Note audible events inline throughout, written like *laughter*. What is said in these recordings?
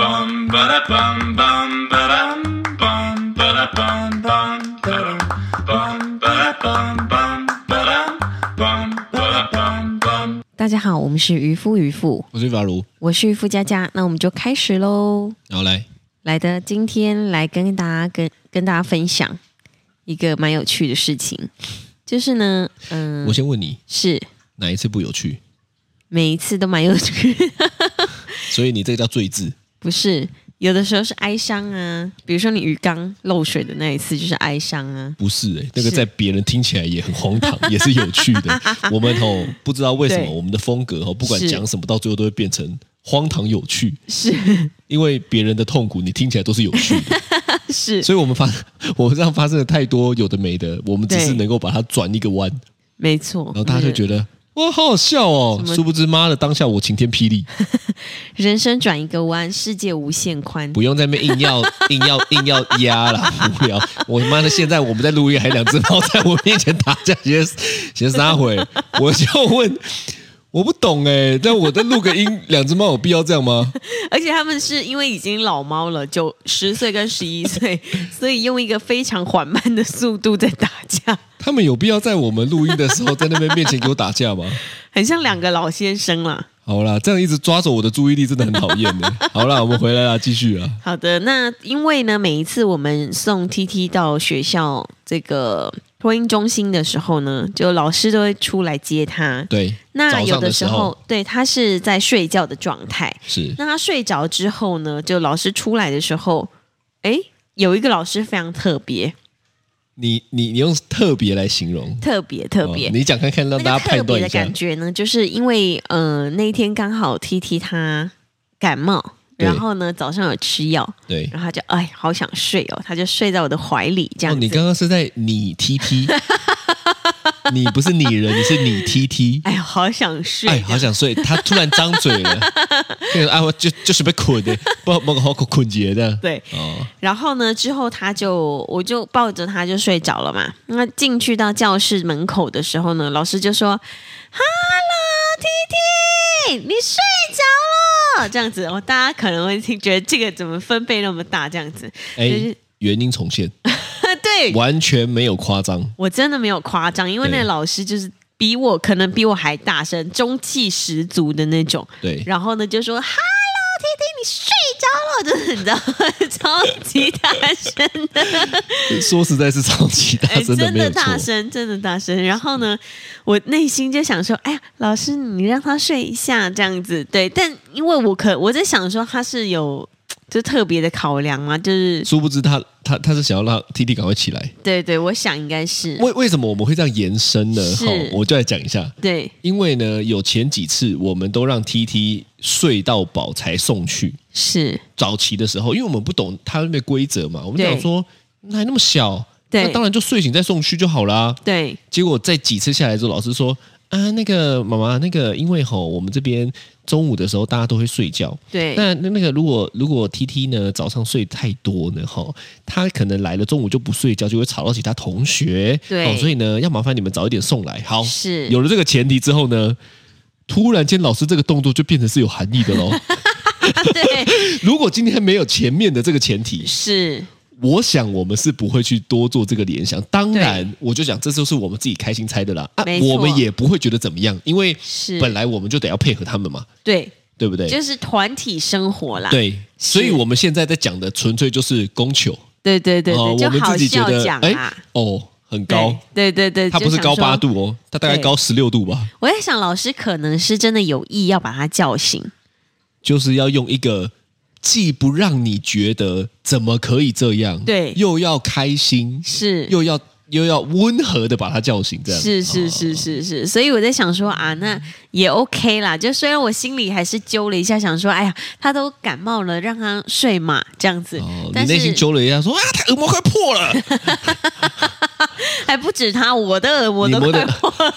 bum ba da bum bum ba dum bum ba da bum bum ba dum bum ba da bum bum ba dum bum ba da bum bum. 大家好，我们是渔夫渔妇，我是法如，我是渔夫佳佳，那我们就开始喽。然后来，来的，今天来跟大家跟跟大家分享一个蛮有趣的事情，就是呢，嗯、我先问你，是哪一次不有趣？每一次都蛮有趣的，所以你这个叫醉字，不是？有的时候是哀伤啊，比如说你鱼缸漏水的那一次就是哀伤啊，不是、欸？那个是在别人听起来也很荒唐，也是有趣 *laughs* 的。我们吼不知道为什么对我们的风格吼，不管是讲什么，到最后都会变成荒唐有趣，是 *laughs* 因为别人的痛苦你听起来都是有趣的， *laughs* 是所以我们发我们这样发生了太多有的没的，我们只是对能够把它转一个弯，没错。然然后大家就觉得。哇，好好笑哦！么殊不知，妈的，当下我晴天霹雳，人生转一个弯，世界无限宽。不用在那边硬要 *laughs* 硬要硬要压了， *laughs* 无聊。我妈的，现在我们在录音，还两只猫在我面前打架，先先撒回，我就问，我不懂哎、但我在录个音，两只猫有必要这样吗？而且他们是因为已经老猫了，九十岁跟十一岁，所以用一个非常缓慢的速度在打架，他们有必要在我们录音的时候在那边面前给我打架吗？很像两个老先生啦。好啦，这样一直抓走我的注意力，真的很讨厌呢、 *laughs* 好啦，我们回来啦，继续啊。好的，那因为呢，每一次我们送 T T 到学校这个托婴中心的时候呢，就老师都会出来接他。对，那早有上的时时候对他是在睡觉的状态。是那他睡着之后呢，就老师出来的时候，诶，有一个老师非常特别，你你你用特别来形容，特别特别。哦你讲看看，让那大个家判特别断一的下感。觉呢，就是因为呃那一天刚好 T T 他感冒，对然后呢早上有吃药，对，然后他就哎好想睡哦，他就睡在我的怀里这样哦，你子。刚刚是在你 *laughs* T T，你不是拟人，你是你 T T。哎，好想睡，哎，好想睡，他突然张嘴了， *laughs* 那个啊，我就就是被捆的，不某个好捆结的。对，哦，然后呢，之后他就我就抱着他就睡着了嘛。那进去到教室门口的时候呢，老师就说：“Hello，T T，你睡着了。”这样子，哦，大家可能会听觉得这个怎么分贝那么大，这样子， *laughs* 就是哎，原因重现，对完全没有夸张，我真的没有夸张，因为那对个老师就是比我可能比我还大声，中气十足的那种。对，然后呢，就说：“Hello，弟弟，你睡着了？”就是你知道， *laughs* 超级大声的，说实在是超级大哎，声的，真没有的错大。声，真的大声。然后呢，我内心就想说：“哎呀，老师，你让他睡一下，这样子对。”但因为我可我在想说，他是有就特别的考量嘛，就是殊不知他他他是想要让 T T 赶快起来。对对，我想应该是为为什么我们会这样延伸呢？嗯是好，我就来讲一下。对因为呢，有前几次我们都让 T T 睡到饱才送去，是，早期的时候，因为我们不懂他那边规则嘛，我们对想说那还那么小，对那当然就睡醒再送去就好啦。对结果在几次下来之后，老师说啊，那个妈妈，那个因为吼，我们这边中午的时候大家都会睡觉，对。那那那个如果如果 T T 呢早上睡太多呢，哈，他可能来了中午就不睡觉，就会吵到其他同学，对哦所以呢要麻烦你们早一点送来。好，是有了这个前提之后呢，突然间老师这个动作就变成是有含义的 *laughs* 喽。对，如果今天没有前面的这个前提，是我想我们是不会去多做这个联想。当对然，我就讲这就是我们自己开心猜的啦。啊没，错我们也不会觉得怎么样，因为是，本来我们就得要配合他们嘛，对，对不对？就是团体生活啦。对，所以我们现在在讲的纯粹就是供求，对对对对，哦我就们好自己觉笑得讲哎啊。哦，很对高，对对对，它就不是想高八说。度哦，它大概对高十六度吧，我在想，老师可能是真的有意要把他叫醒。就是要用一个。既不让你觉得怎么可以这样，对又要开心，是又要又要温和的把他叫醒，这样哦是是是是是，所以我在想说啊，那也 OK 啦。就虽然我心里还是揪了一下，想说，哎呀，他都感冒了，让他睡嘛，这样子。哦，你但内心是揪了一下，说啊，他耳膜快破了，还不止他， *laughs* 我的耳膜你都摸快的破了。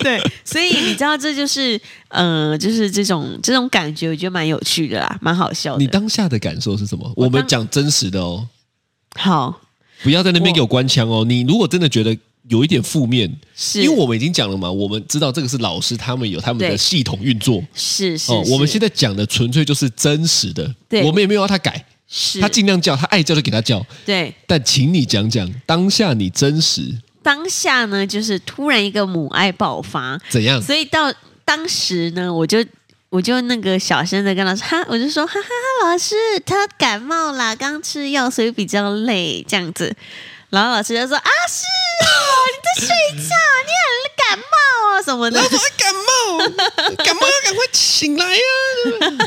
对，所以你知道，这就是呃，就是这种这种感觉，我觉得蛮有趣的啦，蛮好笑你的。当下的感受是什么？我我们当讲真实的哦，好，不要在那边我给我官腔哦。你如果真的觉得有一点负面，是因为我们已经讲了嘛，我们知道这个是老师他们有他们的对系统运作。是是哦，我们是现在讲的纯粹就是真实的，对我们也没有要他改，是他尽量叫，他爱叫就给他叫。对但请你讲讲当下你真实当下呢，就是突然一个母爱爆发，怎样？所以到当时呢，我就我就那个小声的跟老师哈，我就说哈哈哈，老师他感冒啦，刚吃药，所以比较累这样子。然后老师就说啊，是哦，你在睡觉，你很感冒哦什 *laughs* 么的。感 *laughs* 冒，感冒要赶快醒来呀、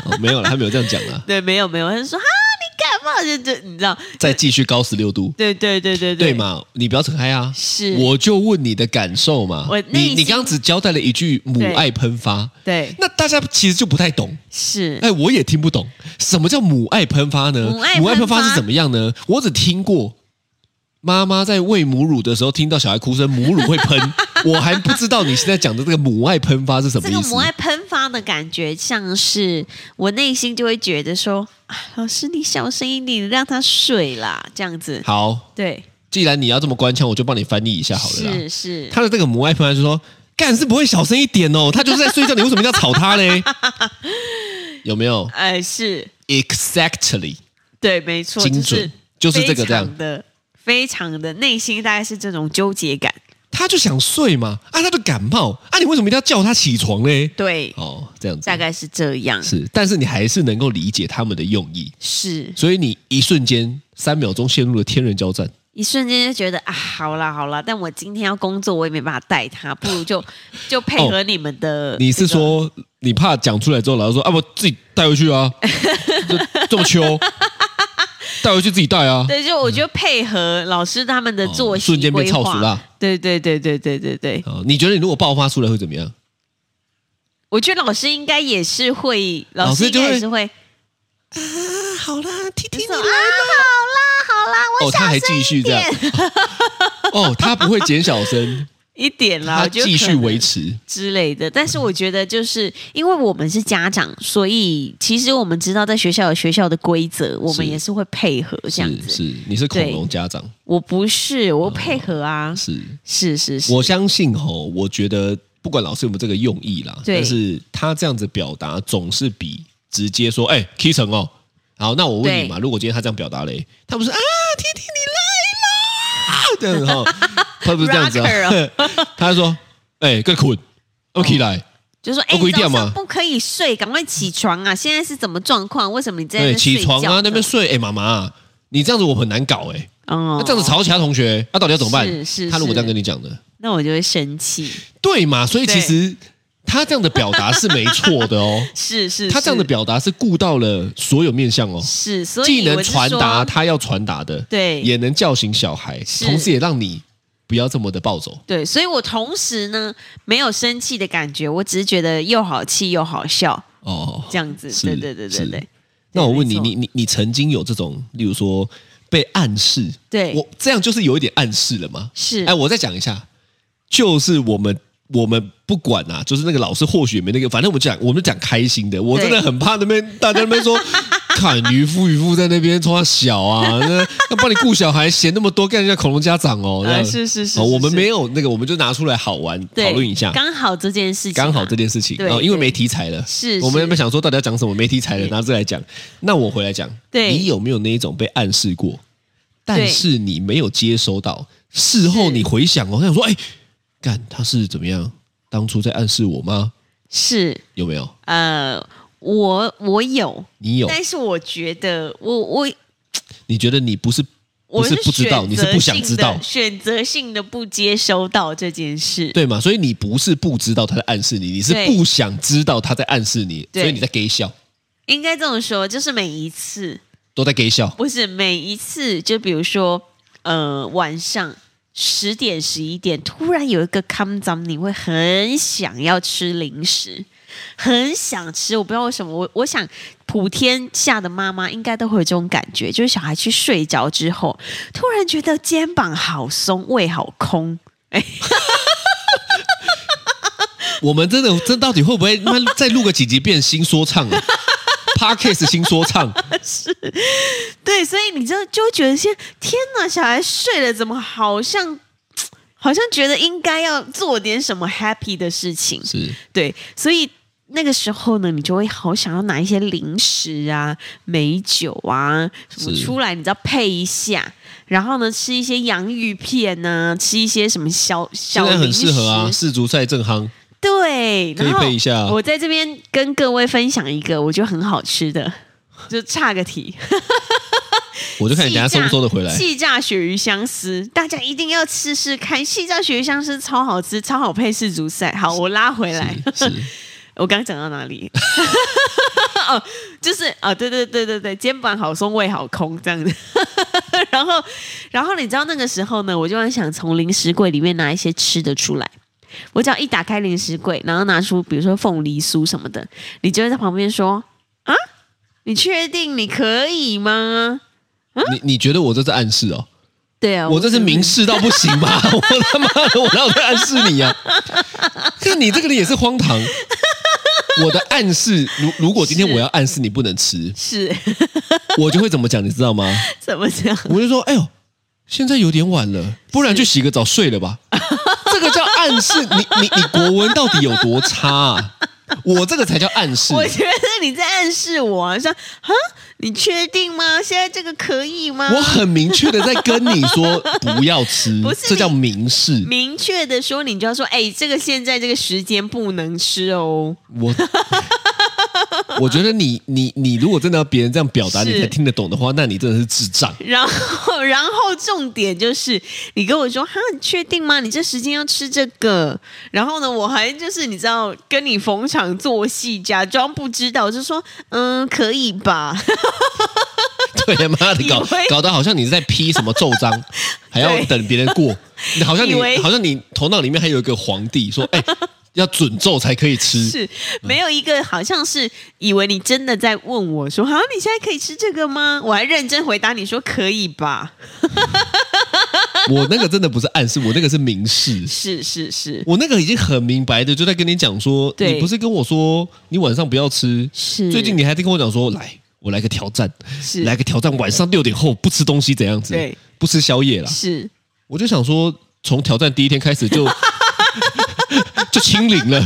哦！没有了，他没有这样讲啦。对，没有没有，他就说啊，你感冒就就你知道，再继续高十六度，对对对对对？嘛？你不要扯开啊！是我就问你的感受嘛我。内你心你刚刚只交代了一句母爱喷发，对，那大家其实就不太懂。是哎，我也听不懂什么叫母爱喷发呢？母爱喷发喷发是怎么样呢？我只听过妈妈在喂母乳的时候听到小孩哭声，母乳会 *laughs* 喷。我还不知道你现在讲的这个母爱喷发是什么这意个思。母爱喷发的感觉，像是我内心就会觉得说，啊，老师你小声一点，让他睡啦，这样子。好，对，既然你要这么官腔，我就帮你翻译一下好了啦。是是，他的这个母爱喷发就说：“干是不会小声一点哦，他就是在睡觉，你为什么一定要吵 *laughs* 他嘞？”有没有哎，是？Exactly，对，没错，精准就是这个这样非常的，非常的内心大概是这种纠结感。他就想睡嘛，啊，他就感冒，啊，你为什么一定要叫他起床嘞？对，哦，这样子大概是这样。是，但是你还是能够理解他们的用意，是所以你一瞬间三秒钟陷入了天人交战。一瞬间就觉得啊，好啦好啦，但我今天要工作，我也没办法带他，不如 *laughs* 就就配合你们的、哦你是？说你怕讲出来之后，老师说啊，我自己带回 *laughs* 去啊，这这么秋，带回去自己带啊，对，就我觉得配合老师他们的哦作息、规瞬间变划超熟啦。对对对对对对对，哦，你觉得你如果爆发出来会怎么样？我觉得老师应该也是会，老老师师应该就会也是会啊，好啦，听听说啊，好啦好啦，我哦，他还继续这样。 *laughs* 哦，他不会减 *laughs* 小声，一点啦，他我觉得继续可能维持。之类的。但是我觉得，就是因为我们是家长，所以其实我们知道在学校有学校的规则，我们是也是会配合这样是子。是，你是恐对龙家长，我不是，我配合啊，是是是是，哦我相信吼，我觉得不管老师有没有这个用意啦，对但是他这样子表达总是比直接说哎 k 成哦，好，那我问你嘛，如果今天他这样表达嘞，他不是啊，婷婷你来啦，这 *laughs* 样哈，他不是这样子哦啊， *laughs* 他就说哎，快滚，我起来。就说哎，我你一定早要嘛上不可以睡，赶快起床啊！现在是怎么状况？为什么你在那对，边起睡床觉啊呢，那边睡。哎、妈妈，你这样子我很难搞哎、哦那，这样子吵其他同学，啊那、到底要怎么办？是是他如果是这样跟你讲的，那我就会生气。对嘛？所以其实他这样的表达是没错的哦。 *laughs* 是是，他这样的是表达是顾到了所有面向哦，是，所以既我能是传达说他要传达的，对也能叫醒小孩，是同时也让你不要这么的暴走。对，所以我同时呢没有生气的感觉，我只是觉得又好气又好笑哦，这样子。是对对对是对对。那我问你，没错你你你曾经有这种，例如说被暗示，对我这样就是有一点暗示了吗？是哎，我再讲一下，就是我们我们不管啊，就是那个老师或许也没那个，反正我们讲我们讲开心的，我真的对很怕那边大家 *laughs* 那边说。看渔夫，渔夫在那边冲他小啊，那那帮你顾小孩，嫌那么多，干人家恐龙家长哦。这样啊是是是哦是我们是没有那个，我们就拿出来好玩对讨论一下，刚好这件事情嘛，啊刚好这件事情对哦，因对为没题材了，是我们是有没有想说到底要讲什么？没题材了，是拿这来讲。那我回来讲，对你有没有那一种被暗示过，但对是你没有接收到，事后是你回想哦，他想说，哎，干他是怎么样？当初在暗示我吗？是有没有？呃，我我有，你有？但是我觉得我我你觉得你不是不我是不知道，你是不想知选择性道地，选择性的不接收到这件事。对吗？所以你不是不知道他在暗示你，你是对不想知道他在暗示你，对所以你在给笑，应该这么说，就是每一次都在给笑。不是每一次，就比如说，呃，晚上十点、十一点，突然有一个 come down，你会很想要吃零食，很想吃。我不知道为什么，我我想普天下的妈妈应该都会有这种感觉，就是小孩去睡着之后，突然觉得肩膀好松，胃好空。我们真的，这到底会不会他妈再录个几集变新说 *laughs* 唱啊？Podcast 新说唱，对，所以你就就会觉得现在天哪，小孩睡了怎么好像？好像觉得应该要做点什么 happy 的事情，是对，所以那个时候呢，你就会好想要拿一些零食啊、美酒啊什么是出来，你知道配一下，然后呢吃一些洋芋片啊，吃一些什么小现小在零很食，适合啊，世足赛正夯，对，可以然后配一下啊我在这边跟各位分享一个我觉得很好吃的， *laughs* 就差个题，我就看你等下收不收得回来。气炸鳕鱼香丝，大家一定要试试看，气炸鳕鱼香丝超好吃，超好配世足赛。好，我拉回来，是是我刚讲到哪里？ *laughs* 哦，就是啊、哦，对对对对对，肩膀好松，胃好空这样子。 *laughs* 然后，然后你知道那个时候呢，我就很想从零食柜里面拿一些吃的出来。我只要一打开零食柜，然后拿出比如说凤梨酥什么的，你就会在旁边说：“啊，你确定你可以吗你你觉得我这是暗示哦？？”对啊，我这是明示到不行吧？ *laughs* 我他妈的，我哪有在暗示你啊？就你这个人也是荒唐。我的暗示，如如果今天是我要暗示你不能吃，是我就会怎么讲，你知道吗？ *laughs* 怎么讲？我就说，哎呦，现在有点晚了，不然去洗个澡睡了吧。这个叫暗示，你你你国文到底有多差啊？我这个才叫暗示。我觉得你在暗示我、啊，说啊，你确定吗？现在这个可以吗？我很明确的在跟你说不要吃啊 *laughs* 不是，这叫你明示。明确的说，你就要说，哎、这个现在这个时间不能吃哦。我我觉得你你你如果真的要别人这样表达，是你才听得懂的话，那你真的是 *laughs* 智障。然后，然后重点就是，你跟我说，哈，你确定吗？你这时间要吃这个？然后呢，我还就是你知道，跟你逢场作戏，假装不知道，就说，嗯，可以吧？ *laughs* 对，妈的以搞为搞得好像你是在批什么奏 *laughs* 章，还要对等别人过，你好像你以为好像你头脑里面还有一个皇帝说，哎、要准奏才可以吃。是没有一个好像是以为你真的在问我说，哈，你现在可以吃这个吗？我还认真回答你说，可以吧？我那个真的不是暗示，我那个是明示。是是是我那个已经很明白的就在跟你讲说，对你不是跟我说你晚上不要吃，是，最近你还在跟我讲说，来，我来个挑战，是来个挑战，晚上六点后不吃东西怎样子？对，不吃宵夜啦。是。我就想说，从挑战第一天开始就 *laughs* 就清零了，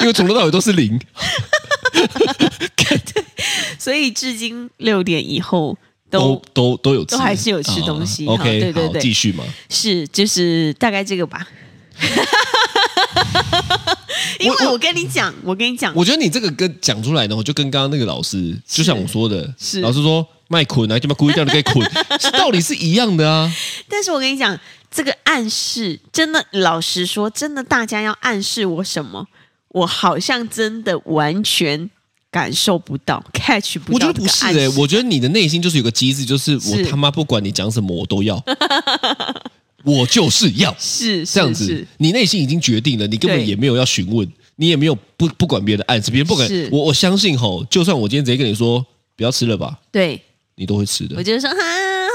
因为从头到尾都是零。所以至今六点以后都都都都有吃，都还是有吃东西啊好对 OK，对好对继续嘛。是就是大概这个 *laughs* 吧。因为我跟你讲，我跟你讲，我觉得你这个跟讲出来呢，我就跟刚刚那个老师，就像我说的，是老师说卖捆啊，就把故意掉的给 *laughs* 捆，是道理是一样的啊。但是我跟你讲，这个暗示真的，老实说，真的大家要暗示我什么，我好像真的完全感受不到，catch 不我觉到这得不个是暗哎、示。我觉得你的内心就是有个机制，就是我是他妈不管你讲什么，我 *laughs* 都要，我就是要是是这样子是。你内心已经决定了，你根本对也没有要询问，你也没有不不管别人的暗示，别人不管是我，我相信吼，就算我今天直接跟你说不要吃了吧，对，你都会吃我的。就说啊，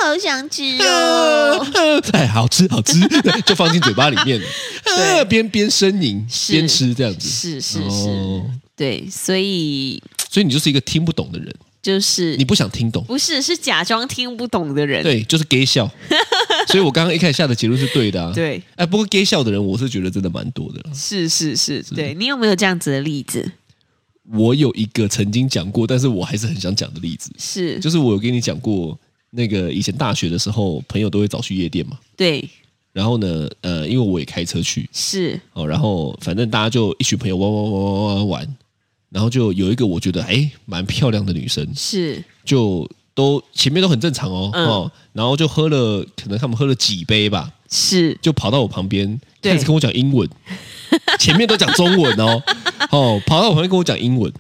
好想吃呃 *laughs* 哦。呃哎，好吃好吃， *laughs* 就放进嘴巴里面， *laughs* 呃边边呻吟是边吃这样子。是是是，哦对，所以所以你就是一个听不懂的人，就是你不想听懂。不是，是假装听不懂的人。对，就是 *laughs* 给笑。所以我刚刚一开始下的结论是对的啊。对哎，不过给笑的人，我是觉得真的蛮多的啦。是是是，嗯对你有没有这样子的例子？我有一个曾经讲过，但是我还是很想讲的例子，是，就是我有跟你讲过，那个以前大学的时候，朋友都会早去夜店嘛。对，然后呢，呃，因为我也开车去是哦，然后反正大家就一群朋友玩玩玩玩玩玩，然后就有一个我觉得哎蛮漂亮的女生，是就都前面都很正常哦、嗯哦，然后就喝了，可能他们喝了几杯吧，是，就跑到我旁边对开始跟我讲 *laughs* 英文，前面都讲中文哦，哦，跑到我旁边跟我讲英文，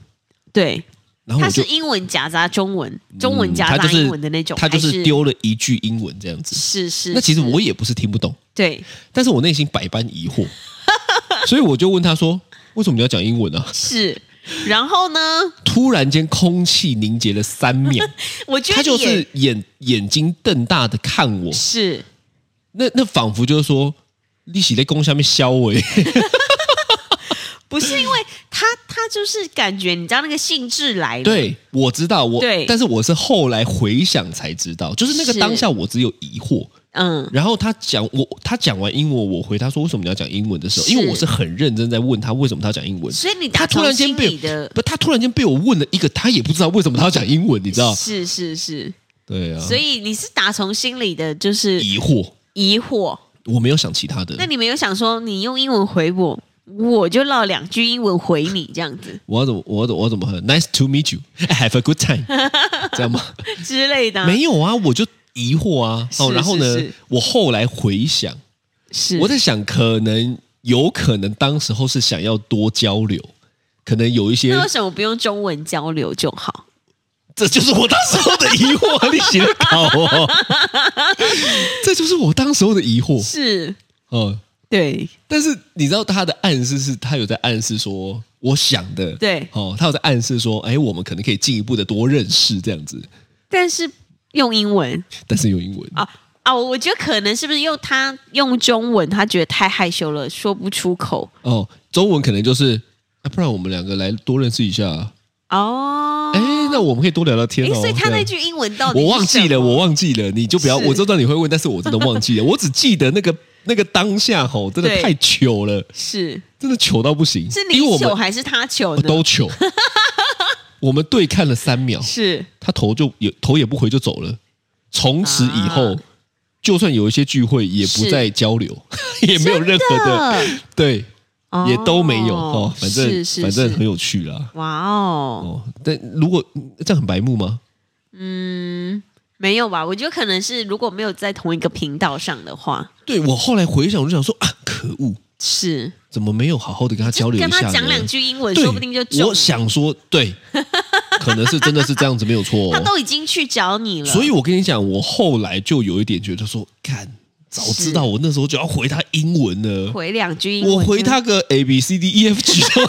对，然后他我就是嗯英文夹杂中文，中文夹他就杂是英文的那种，他就还是是，丢了一句英文这样子。是是。那其实是我也不是听不懂，对但是我内心百般疑惑， *laughs* 所以我就问他说：“为什么你要讲英文啊是，然后呢，？”突然间空气凝结了三 *laughs* 秒，我觉得他就也是眼眼睛瞪大的看我，是那那仿佛就是说。你洗在弓下面削我，不是因为他他就是感觉你知道那个兴致来了，对我知道我，对但是我是后来回想才知道，就是那个是当下我只有疑惑，嗯，然后他讲我，他讲完英文，我回他说为什么你要讲英文的时候，是因为我是很认真在问他为什么他要讲英文。所以你他打突从然间心被里的，不，他突然间被我问了一个，他也不知道为什么他要讲英文，你 *laughs* 知道？是是是，对啊，所以你是打从心里的就是疑惑，疑惑。我没有想其他的那。你没有想说你用英文回我，我就唠两句英文回你这样 *laughs* 子我要怎么，我要怎么，我要怎么喝？Nice to meet you, *laughs* have a *laughs* good time，这样吗？之类的啊、没有啊，我就疑惑啊。哦，是然后呢是是，我后来回想，是我在想，可能有可能当时候是想要多交流，可能有一些那为什么不用中文交流就好？这就是我当时候的疑惑，你写的稿 *laughs* 哦，这就是我当时候的疑惑，是，嗯。对，但是你知道他的暗示是，他有在暗示说，我想的，对哦，他有在暗示说，哎，我们可能可以进一步的多认识这样子，但是用英文但是用英文，啊啊，我觉得可能是不是用他用中文，他觉得太害羞了，说不出口哦，中文可能就是，啊、不然我们两个来多认识一下啊，哦。哎、那我们可以多聊聊天诶哦。所以他这那样句英文到底我是忘记什了，么我忘记了，你就不要，是我知道你会问，但是我真的忘记了，我只记得那个那个当下吼，真的对太糗了。是真的糗到不行，是因为你我糗们还是他糗呢？都 *laughs* 糗。我们对看了三秒，是他头就也头也不回就走了。从此以后，啊就算有一些聚会，也不是再交流，也没有任何的对，哦也都没有哦。反正是是反正是很有趣啦。哇哦，哦，但如果这样很白目吗？嗯，没有吧？我觉得可能是如果没有在同一个频道上的话，对我后来回想，我就想说啊，可恶，是怎么没有好好的跟他交流跟一下他呢？讲两句英文，对，说不定就中我了。想说， *laughs* 对，可能是真的是这样子，没有错、哦。他都已经去找你了， *laughs* 所以我跟你讲，我后来就有一点觉得说，看，早知道我那时候就要回他英文了。回两句英文，嗯我回他个 A B C D E F G，他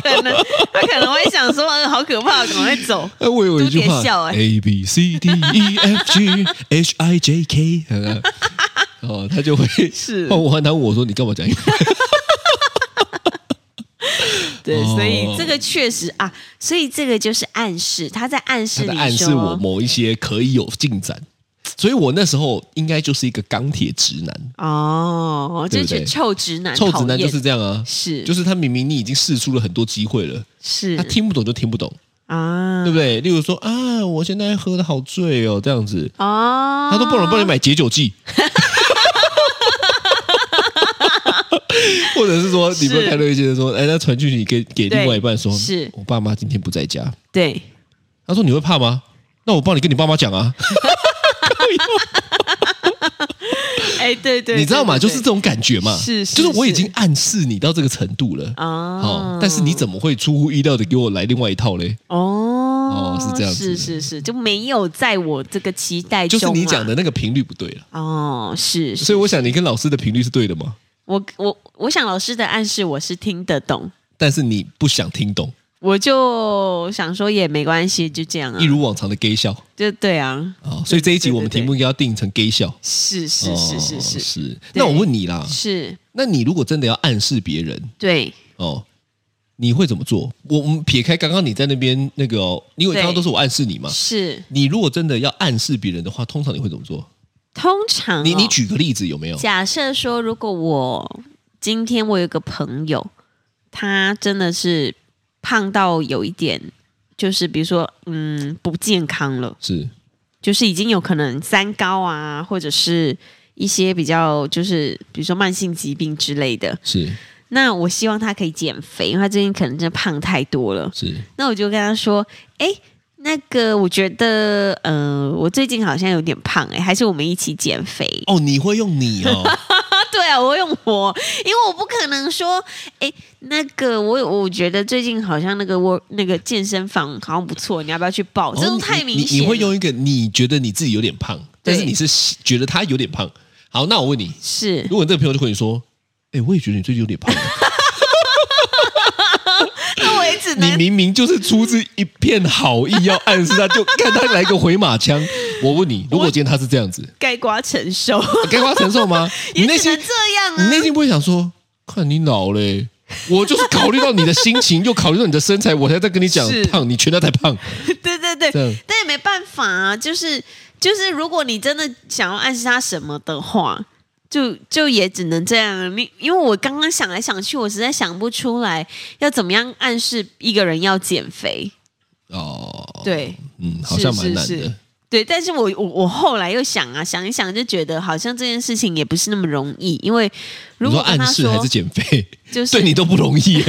可 *laughs* 能他可能会想说，嗯，好可怕，赶快走。哎，我有一句都别笑话哎 *laughs* ，A B C D E F G H I J K，哦，他就会是换我换他问我说你干嘛讲英文？对，哦所以这个确实啊，所以这个就是暗示，他在暗示他你说，在暗示我某一些可以有进展，所以我那时候应该就是一个钢铁直男，哦，就是对不觉对得臭直男，臭直讨男厌就是这样啊，是就是他明明你已经试出了很多机会了，是他听不懂就听不懂，啊，对不对？例如说啊，我现在喝的好醉哦，这样子，哦，他都不能帮你买解酒剂，啊 *laughs* 或者是说你们是看到一些人说，哎，他传讯息给给对另外一半说，是我爸妈今天不在家，对，他说你会怕吗？那我帮你跟你爸妈讲啊，哎，对对，你知道吗？对就是这种感觉嘛，是是就是我已是经暗示你到这个程度了。哦好，，但是你怎么会出乎意料的给我来另外一套嘞？哦哦是这样是子是是，就没有在我这个期待就中啊，是你讲的那个频率不对了。哦，是，是所以我想你跟老师的频率是对的嘛，我我我想老师的暗示我是听得懂，但是你不想听懂，我就想说也没关系，就这样啊一，如往常的 gay 笑就对啊，啊。所以这一集对对我们题目应该要定成 gay 笑。是是是是哦是是是。啊那我问你啦，是，那你如果真的要暗示别人对，哦，你会怎么做？我我们撇开刚刚你在那边那个哦，因为对刚刚都是我暗示你嘛。是你如果真的要暗示别人的话，通常你会怎么做？通常哦、你你举个例子有没有？假设说，如果我今天我有个朋友，他真的是胖到有一点，就是比如说，嗯，不健康了，是就是已经有可能三高啊，或者是一些比较就是比如说慢性疾病之类的。是那我希望他可以减肥，因为他最近可能真的胖太多了。是那我就跟他说，哎、那个，我觉得，呃，我最近好像有点胖、诶哎，还是我们一起减肥。哦，你会用你 *laughs* 哦，对啊，我会用我，因为我不可能说，哎，那个我有我觉得最近好像那个我那个健身房好像不错，你要不要去报？这种哦太你明显你。了。你会用一个你觉得你自己有点胖，但是你是喜觉得他有点胖。好，那我 *laughs* 问你，是如果你这个朋友就跟你说，哎、我也觉得你最近有 *laughs* 点胖，那我也只你能明明就是出自一片好意要暗示他，就看他来个回马 *laughs* 枪。我问你，如果今天他是这样子，盖瓜承受，该花承受吗？*laughs* 你也内只心能这样你啊。内心不会想说，看你老嘞、我就是考虑到你的心情，又考虑到你的身材，我才在跟你讲是 *laughs* 胖，你全家才胖。 *laughs* 对对对这样，但也没办法啊，就是就是如果你真的想要暗示他什么的话，就就也只能这样。你因为我刚刚想来想去，我实在想不出来要怎么样暗示一个人要减肥。哦，，对，嗯，好像蛮难是是是的。对，但是我我我后来又想啊，想一想就觉得好像这件事情也不是那么容易，因为你如果跟暗他示还是减肥， *laughs* 就是对你都不容易耶。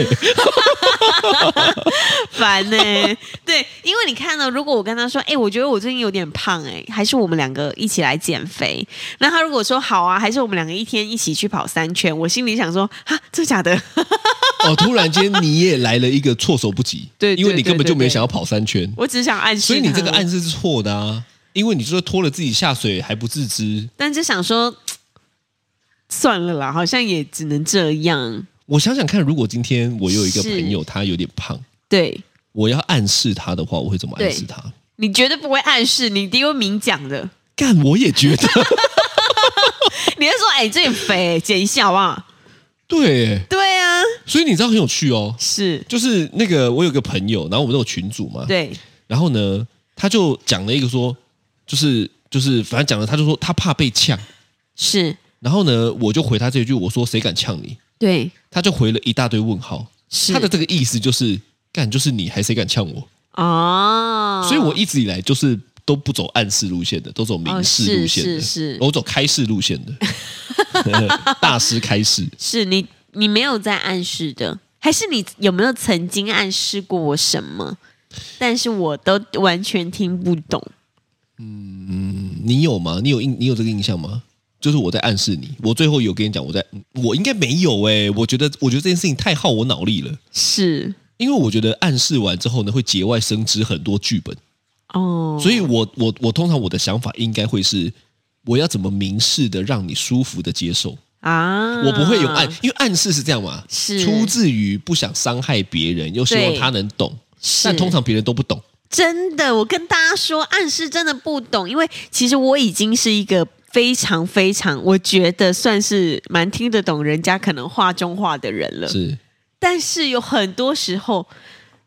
烦呢、 *laughs* 对，因为你看呢，如果我跟他说，哎、我觉得我最近有点胖、哎，还是我们两个一起来减肥。那他如果说好啊，还是我们两个一天一起去跑三圈，我心里想说，哈，这假的？ *laughs* *laughs* 哦，突然间你也来了一个措手不及， *laughs* 对对因为你根本就没对对有想要跑三圈，我只想暗示，所以你这个暗，示是错的啊，因为你说拖了自己下水还不自知。但就想说，算了啦，好像也只能这样。我想想看，如果今天我有一个是朋友，他有点胖，对，我要暗示他的话，我会怎么暗示他？你绝对不会暗示，你一定会明讲的。干，我也 *laughs* 觉得你会说，哎、这里肥、减一下好不好？对耶，对啊，所以你知道很有趣哦，是，就是那个我有个朋友，然后我们都有群组嘛，对，然后呢，他就讲了一个说，就是就是反正讲了，他就说他怕被呛，是，然后呢，我就回他这一句，我说谁敢呛你？对，他就回了一大堆问号，是他的这个意思就是干就是你，还谁敢呛我？哦，所以我一直以来就是都不走暗示路线的，都走明示路线的，哦是是是我走开示路线 *laughs* 的，大师开示。是你，你没有在暗示的，还是你有没有曾经暗示过我什么？但是我都完全听不懂。你有吗？你有印你有这个印象吗？就是我在暗示你，我最后有跟你讲，我在我应该没有哎、我觉得我觉得这件事情太耗我脑力了，是因为我觉得暗示完之后呢，会节外生枝很多剧本，哦，所以我我我通常我的想法应该会是，我要怎么明示的让你舒服的接受，啊，我不会有暗，因为暗示是这样嘛，是出自于不想伤害别人，又希望对他能懂，是，但通常别人都不懂。真的，我跟大家说，暗示真的不懂，因为其实我已经是一个。非常非常，我觉得算是蛮听得懂人家可能话中话的人了。是但是有很多时候，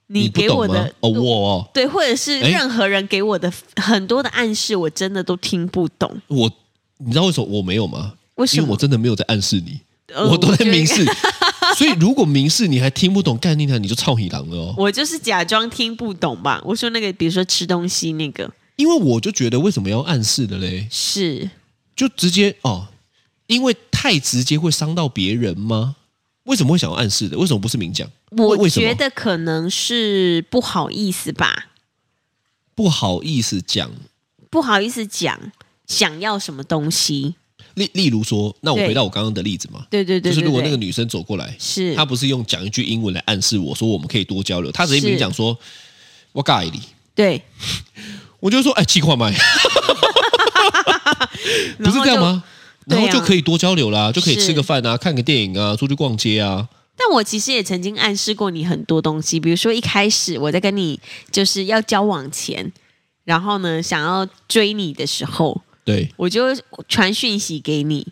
你你不给我懂吗的？哦，我哦，对，或者是哎任何人给我的很多的暗示，我真的都听不懂。我你知道为什么我没有吗？为什么因为我真的没有在暗示你，呃我都在明，觉示。 *laughs* 所以如果明示你还听不懂概念呢，你就操你狼了哦。得我就是假装听不懂吧。我说那个，比如说吃东西那个，因为我就觉得为什么要暗示的嘞？是就直接哦，因为太直接会伤到别人吗？为什么会想要暗示的？为什么不是明讲？为我为什觉么得可能是不好意思吧，不好意思讲？不好意思讲想要什么东西。例例如说，那我对回到我刚刚的例子嘛，对对对对就是如果那个对女生走过来，是她不是用讲一句英文来暗示我说我们可以多交流，她直接明讲说“我尬你”，对，我就说哎，气话 *laughs* 麦，然不后是这样就？吗？对然啊后就可以多交流啦，就可以是吃个饭啊，看个电影啊，出去逛街啊。但我其实也曾经暗示过你很多东西，比如说一开始我在跟你就是要交往前，然后呢想要追你的时候，对，我就传讯息给你，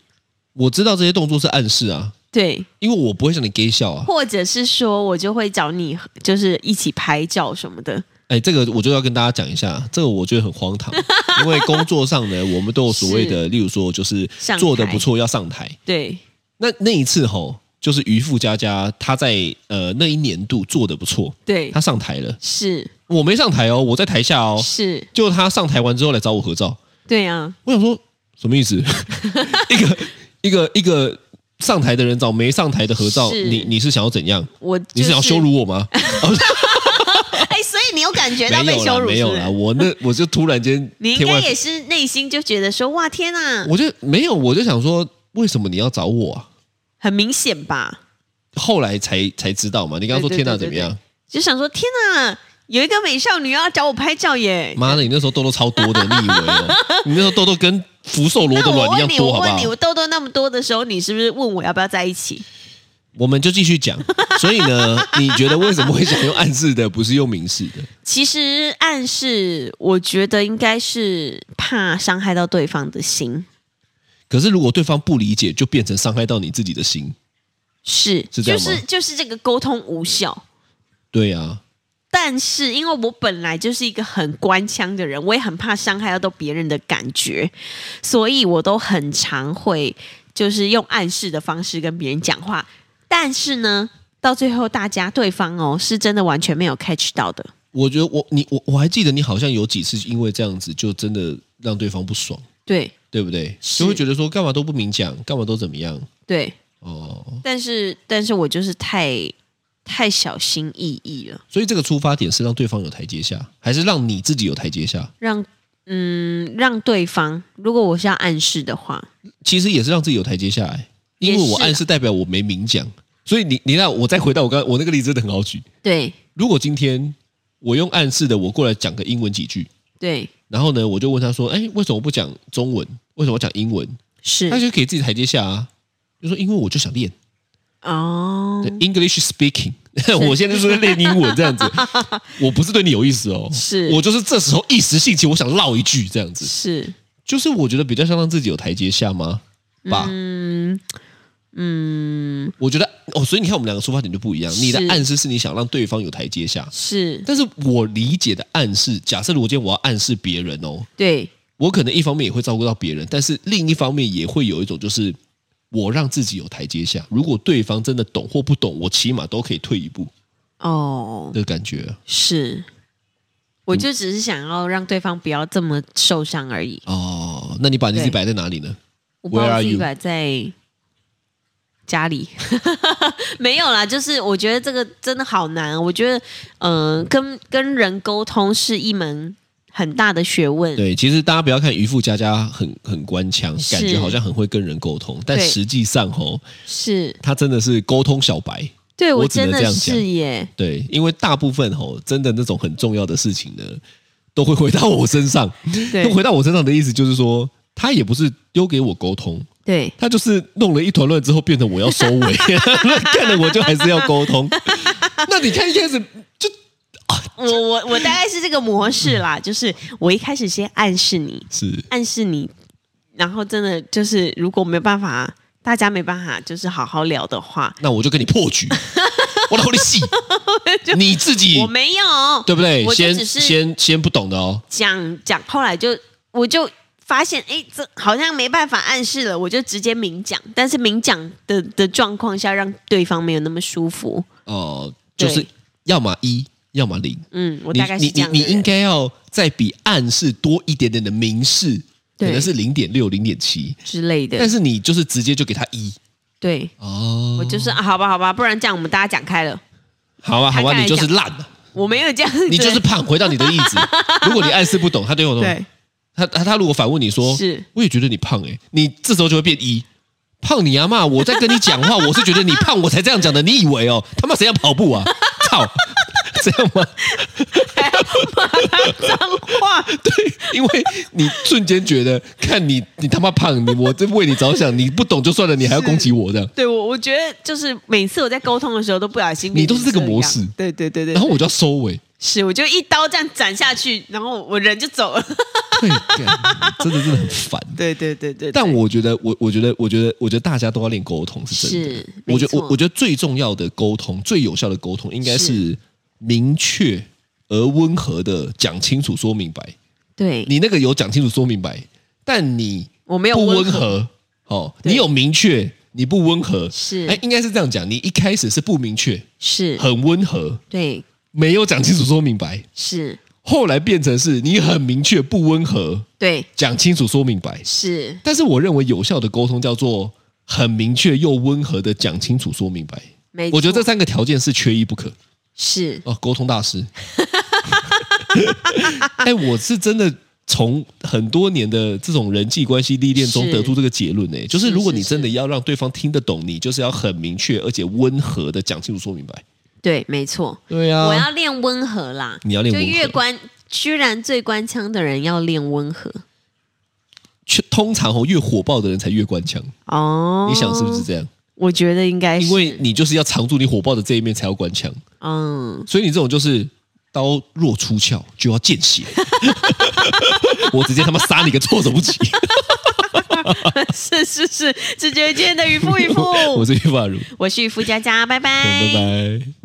我知道这些动作是暗示啊，对，因为我不会向你 gay 笑啊。或者是说我就会找你，就是一起拍照什么的，哎，这个我就要跟大家讲一下，这个我觉得很荒唐，因为工作上呢，我们都有所谓 *laughs* 的，例如说就是上台做的不错要上台。对，那那一次吼，就是渔夫佳佳她在呃那一年度做的不错，对她，上台了，是我没上台哦，我在台下哦，是，就她上台完之后来找我合照，对啊，我想说什么意思？ *laughs* 一个一个一个上台的人找没上台的合照，是你你是想要怎样？我、就是、你是想要羞？辱 *laughs* 我吗？哎，所以你有感觉到没被有羞啦，辱没是不有是啦，我那我就突然间 *laughs* 你应天该外，也是内心就觉得说哇天啊，我就没有，我就想说为什么你要找我啊？很明显吧？后来才才知道嘛，你刚刚说对天对哪对怎么对样？就想说天啊，有一个美少女要找我拍照耶，妈的，你那时候痘痘超多的，你以为哦？你那时候痘痘跟福寿螺的那我卵一问样你，多，我好不问你，好我？痘痘那么多的时候，你是不是问我要不要在一起？我们就继续讲。所以呢，你觉得为什么会想用暗示的，不是用明示的？其实暗示，我觉得应该是怕伤害到对方的心，可是如果对方不理解，就变成伤害到你自己的心。是是这就样吗是就是这个沟通无效。对啊，但是因为我本来就是一个很官腔的人，我也很怕伤害到别人的感觉，所以我都很常会就是用暗示的方式跟别人讲话。但是呢，到最后大家对方哦是真的完全没有 catch 到的。我觉得我你我我还记得你好像有几次因为这样子就真的让对方不爽，对对不对？是就会觉得说干嘛都不明讲，干嘛都怎么样对，哦。但是但是我就是太太小心翼翼了，所以这个出发点是让对方有台阶下，还是让你自己有台阶下？让嗯让对方，如果我是要暗示的话，其实也是让自己有台阶下来，因也为是啊我暗示代表我没明讲，所以你你那我再回到我刚我那个例子真的很好举。对如果今天我用暗示的，我过来讲个英文几句，对然后呢，我就问他说：“哎，为什么不讲中文？为什么讲英文？”是他就给自己台阶下啊，就说：“因为我就想练、哦对 English speaking，我 *laughs* 现在就是在练英文这样 *laughs* 子，我不是对你有意思哦，是我就是这时候一时兴起，我想唠一句这样子，是就是我觉得比较像让自己有台阶下吗？吧，嗯嗯我觉得哦，所以你看我们两个出发点就不一样，是你的暗示是你想让对方有台阶下，是但是我理解的暗示，假设如果今天我要暗示别人哦，对我可能一方面也会照顾到别人，但是另一方面也会有一种就是我让自己有台阶下。如果对方真的懂或不懂，我起码都可以退一步哦的感觉是。我就只是想要让对方不要这么受伤而已。哦。那你把你自己对摆在哪里呢？我把 Where 我 are 自己 you？摆在家里， *laughs* 没有啦，就是我觉得这个真的好难。哦我觉得，嗯、跟跟人沟通是一门很大的学问。对，其实大家不要看渔夫佳佳很很官腔，是感觉好像很会跟人沟通，但对实际上哦，是，他真的是沟通小白。对我只能真这的样讲是耶。对，因为大部分吼、真的那种很重要的事情呢，都会回到我身上。对回到我身上的意思就是说，他也不是丢给我沟通，对他就是弄了一团乱之后，变成我要收尾， *laughs* 那看了我就还是要沟通。那你看一开始就我我我大概是这个模式啦，就是我一开始先暗示你，是暗示你，然后真的就是如果没办法，大家没办法就是好好聊的话，那我就跟你破局，我老 *laughs* 你戏，你自己我没有，嗯对不对？我就先只是先先不懂的哦，讲讲，后来就我就发现，哎，这好像没办法暗示了，我就直接明讲。但是明讲的的状况下，让对方没有那么舒服。哦、就对是要么一，要么零。嗯，我你大概是你这你样的你人。应该要再比暗示多一点点的明示，可对能是零点六、零点七，之类但的，是你就是直接就给他一对哦。我就是、啊，好吧，好吧，不然这样我们大家讲开了，好吧，好吧，看看你就是来讲烂 *laughs* 了，我没有这样子，你就是胖。回到你的例 *laughs* 子，如果你暗示不懂，他对我说，对他他他如果反问你说，是我也觉得你胖哎、你这时候就会变一。胖你阿妈！我在跟你讲话， *laughs* 我是觉得你胖，我才这样讲的。你以为哦，他妈谁要跑步啊？操，这样吗？还要骂他脏话，对， *laughs* 因为你瞬间觉得，看你你他妈胖，你我在为你着想，你不懂就算了，你还要攻击我这样，对我我觉得就是每次我在沟通的时候都不小心，你都是这个模式对对对对然，后我就要收尾。是我就一刀这样斩下去，然后我人就走了，对，哎干真的真的很烦。对对对对，但我觉得，我我觉得，我觉得，我觉得大家都要练沟通是真的。是没我觉得我错我觉得最重要的沟通，最有效的沟通，应该是明确而温和的讲清楚、说明白。对你那个有讲清楚、说明白，但你我没有不温和，和哦，对你有明确，你不温和是哎，应该是这样讲，你一开始是不明确，是很温和，对，没有讲清楚、说明白，是后来变成是你很明确、不温和，对，讲清楚、说明白。是但是我认为有效的沟通叫做很明确又温和的讲清楚、说明白。没错。我觉得这三个条件是缺一不可是哦，沟通大师。 *laughs* 哎，我是真的从很多年的这种人际关系历练中是得出这个结论呢，就是如果你是是真的要让对方听得懂你，就是要很明确而且温和的讲清楚、说明白。对，啊没错。对我要练温和啦，呃你要练就温和越官，居然最官腔的人要练温和去通常哦，越火爆的人才越官腔，哦。你想是不是？这样？我觉得应哎该是，因为你就是要藏住你火爆的这一面才要官腔。嗯，所以你这种就是刀若出鞘就要 *laughs* 见血，我直接他妈杀你个措手不及。 *laughs* 是是 *laughs* 是，直觉今天的渔夫渔夫，我是玉发如，嗯嗯我是渔夫佳佳，拜拜，拜拜。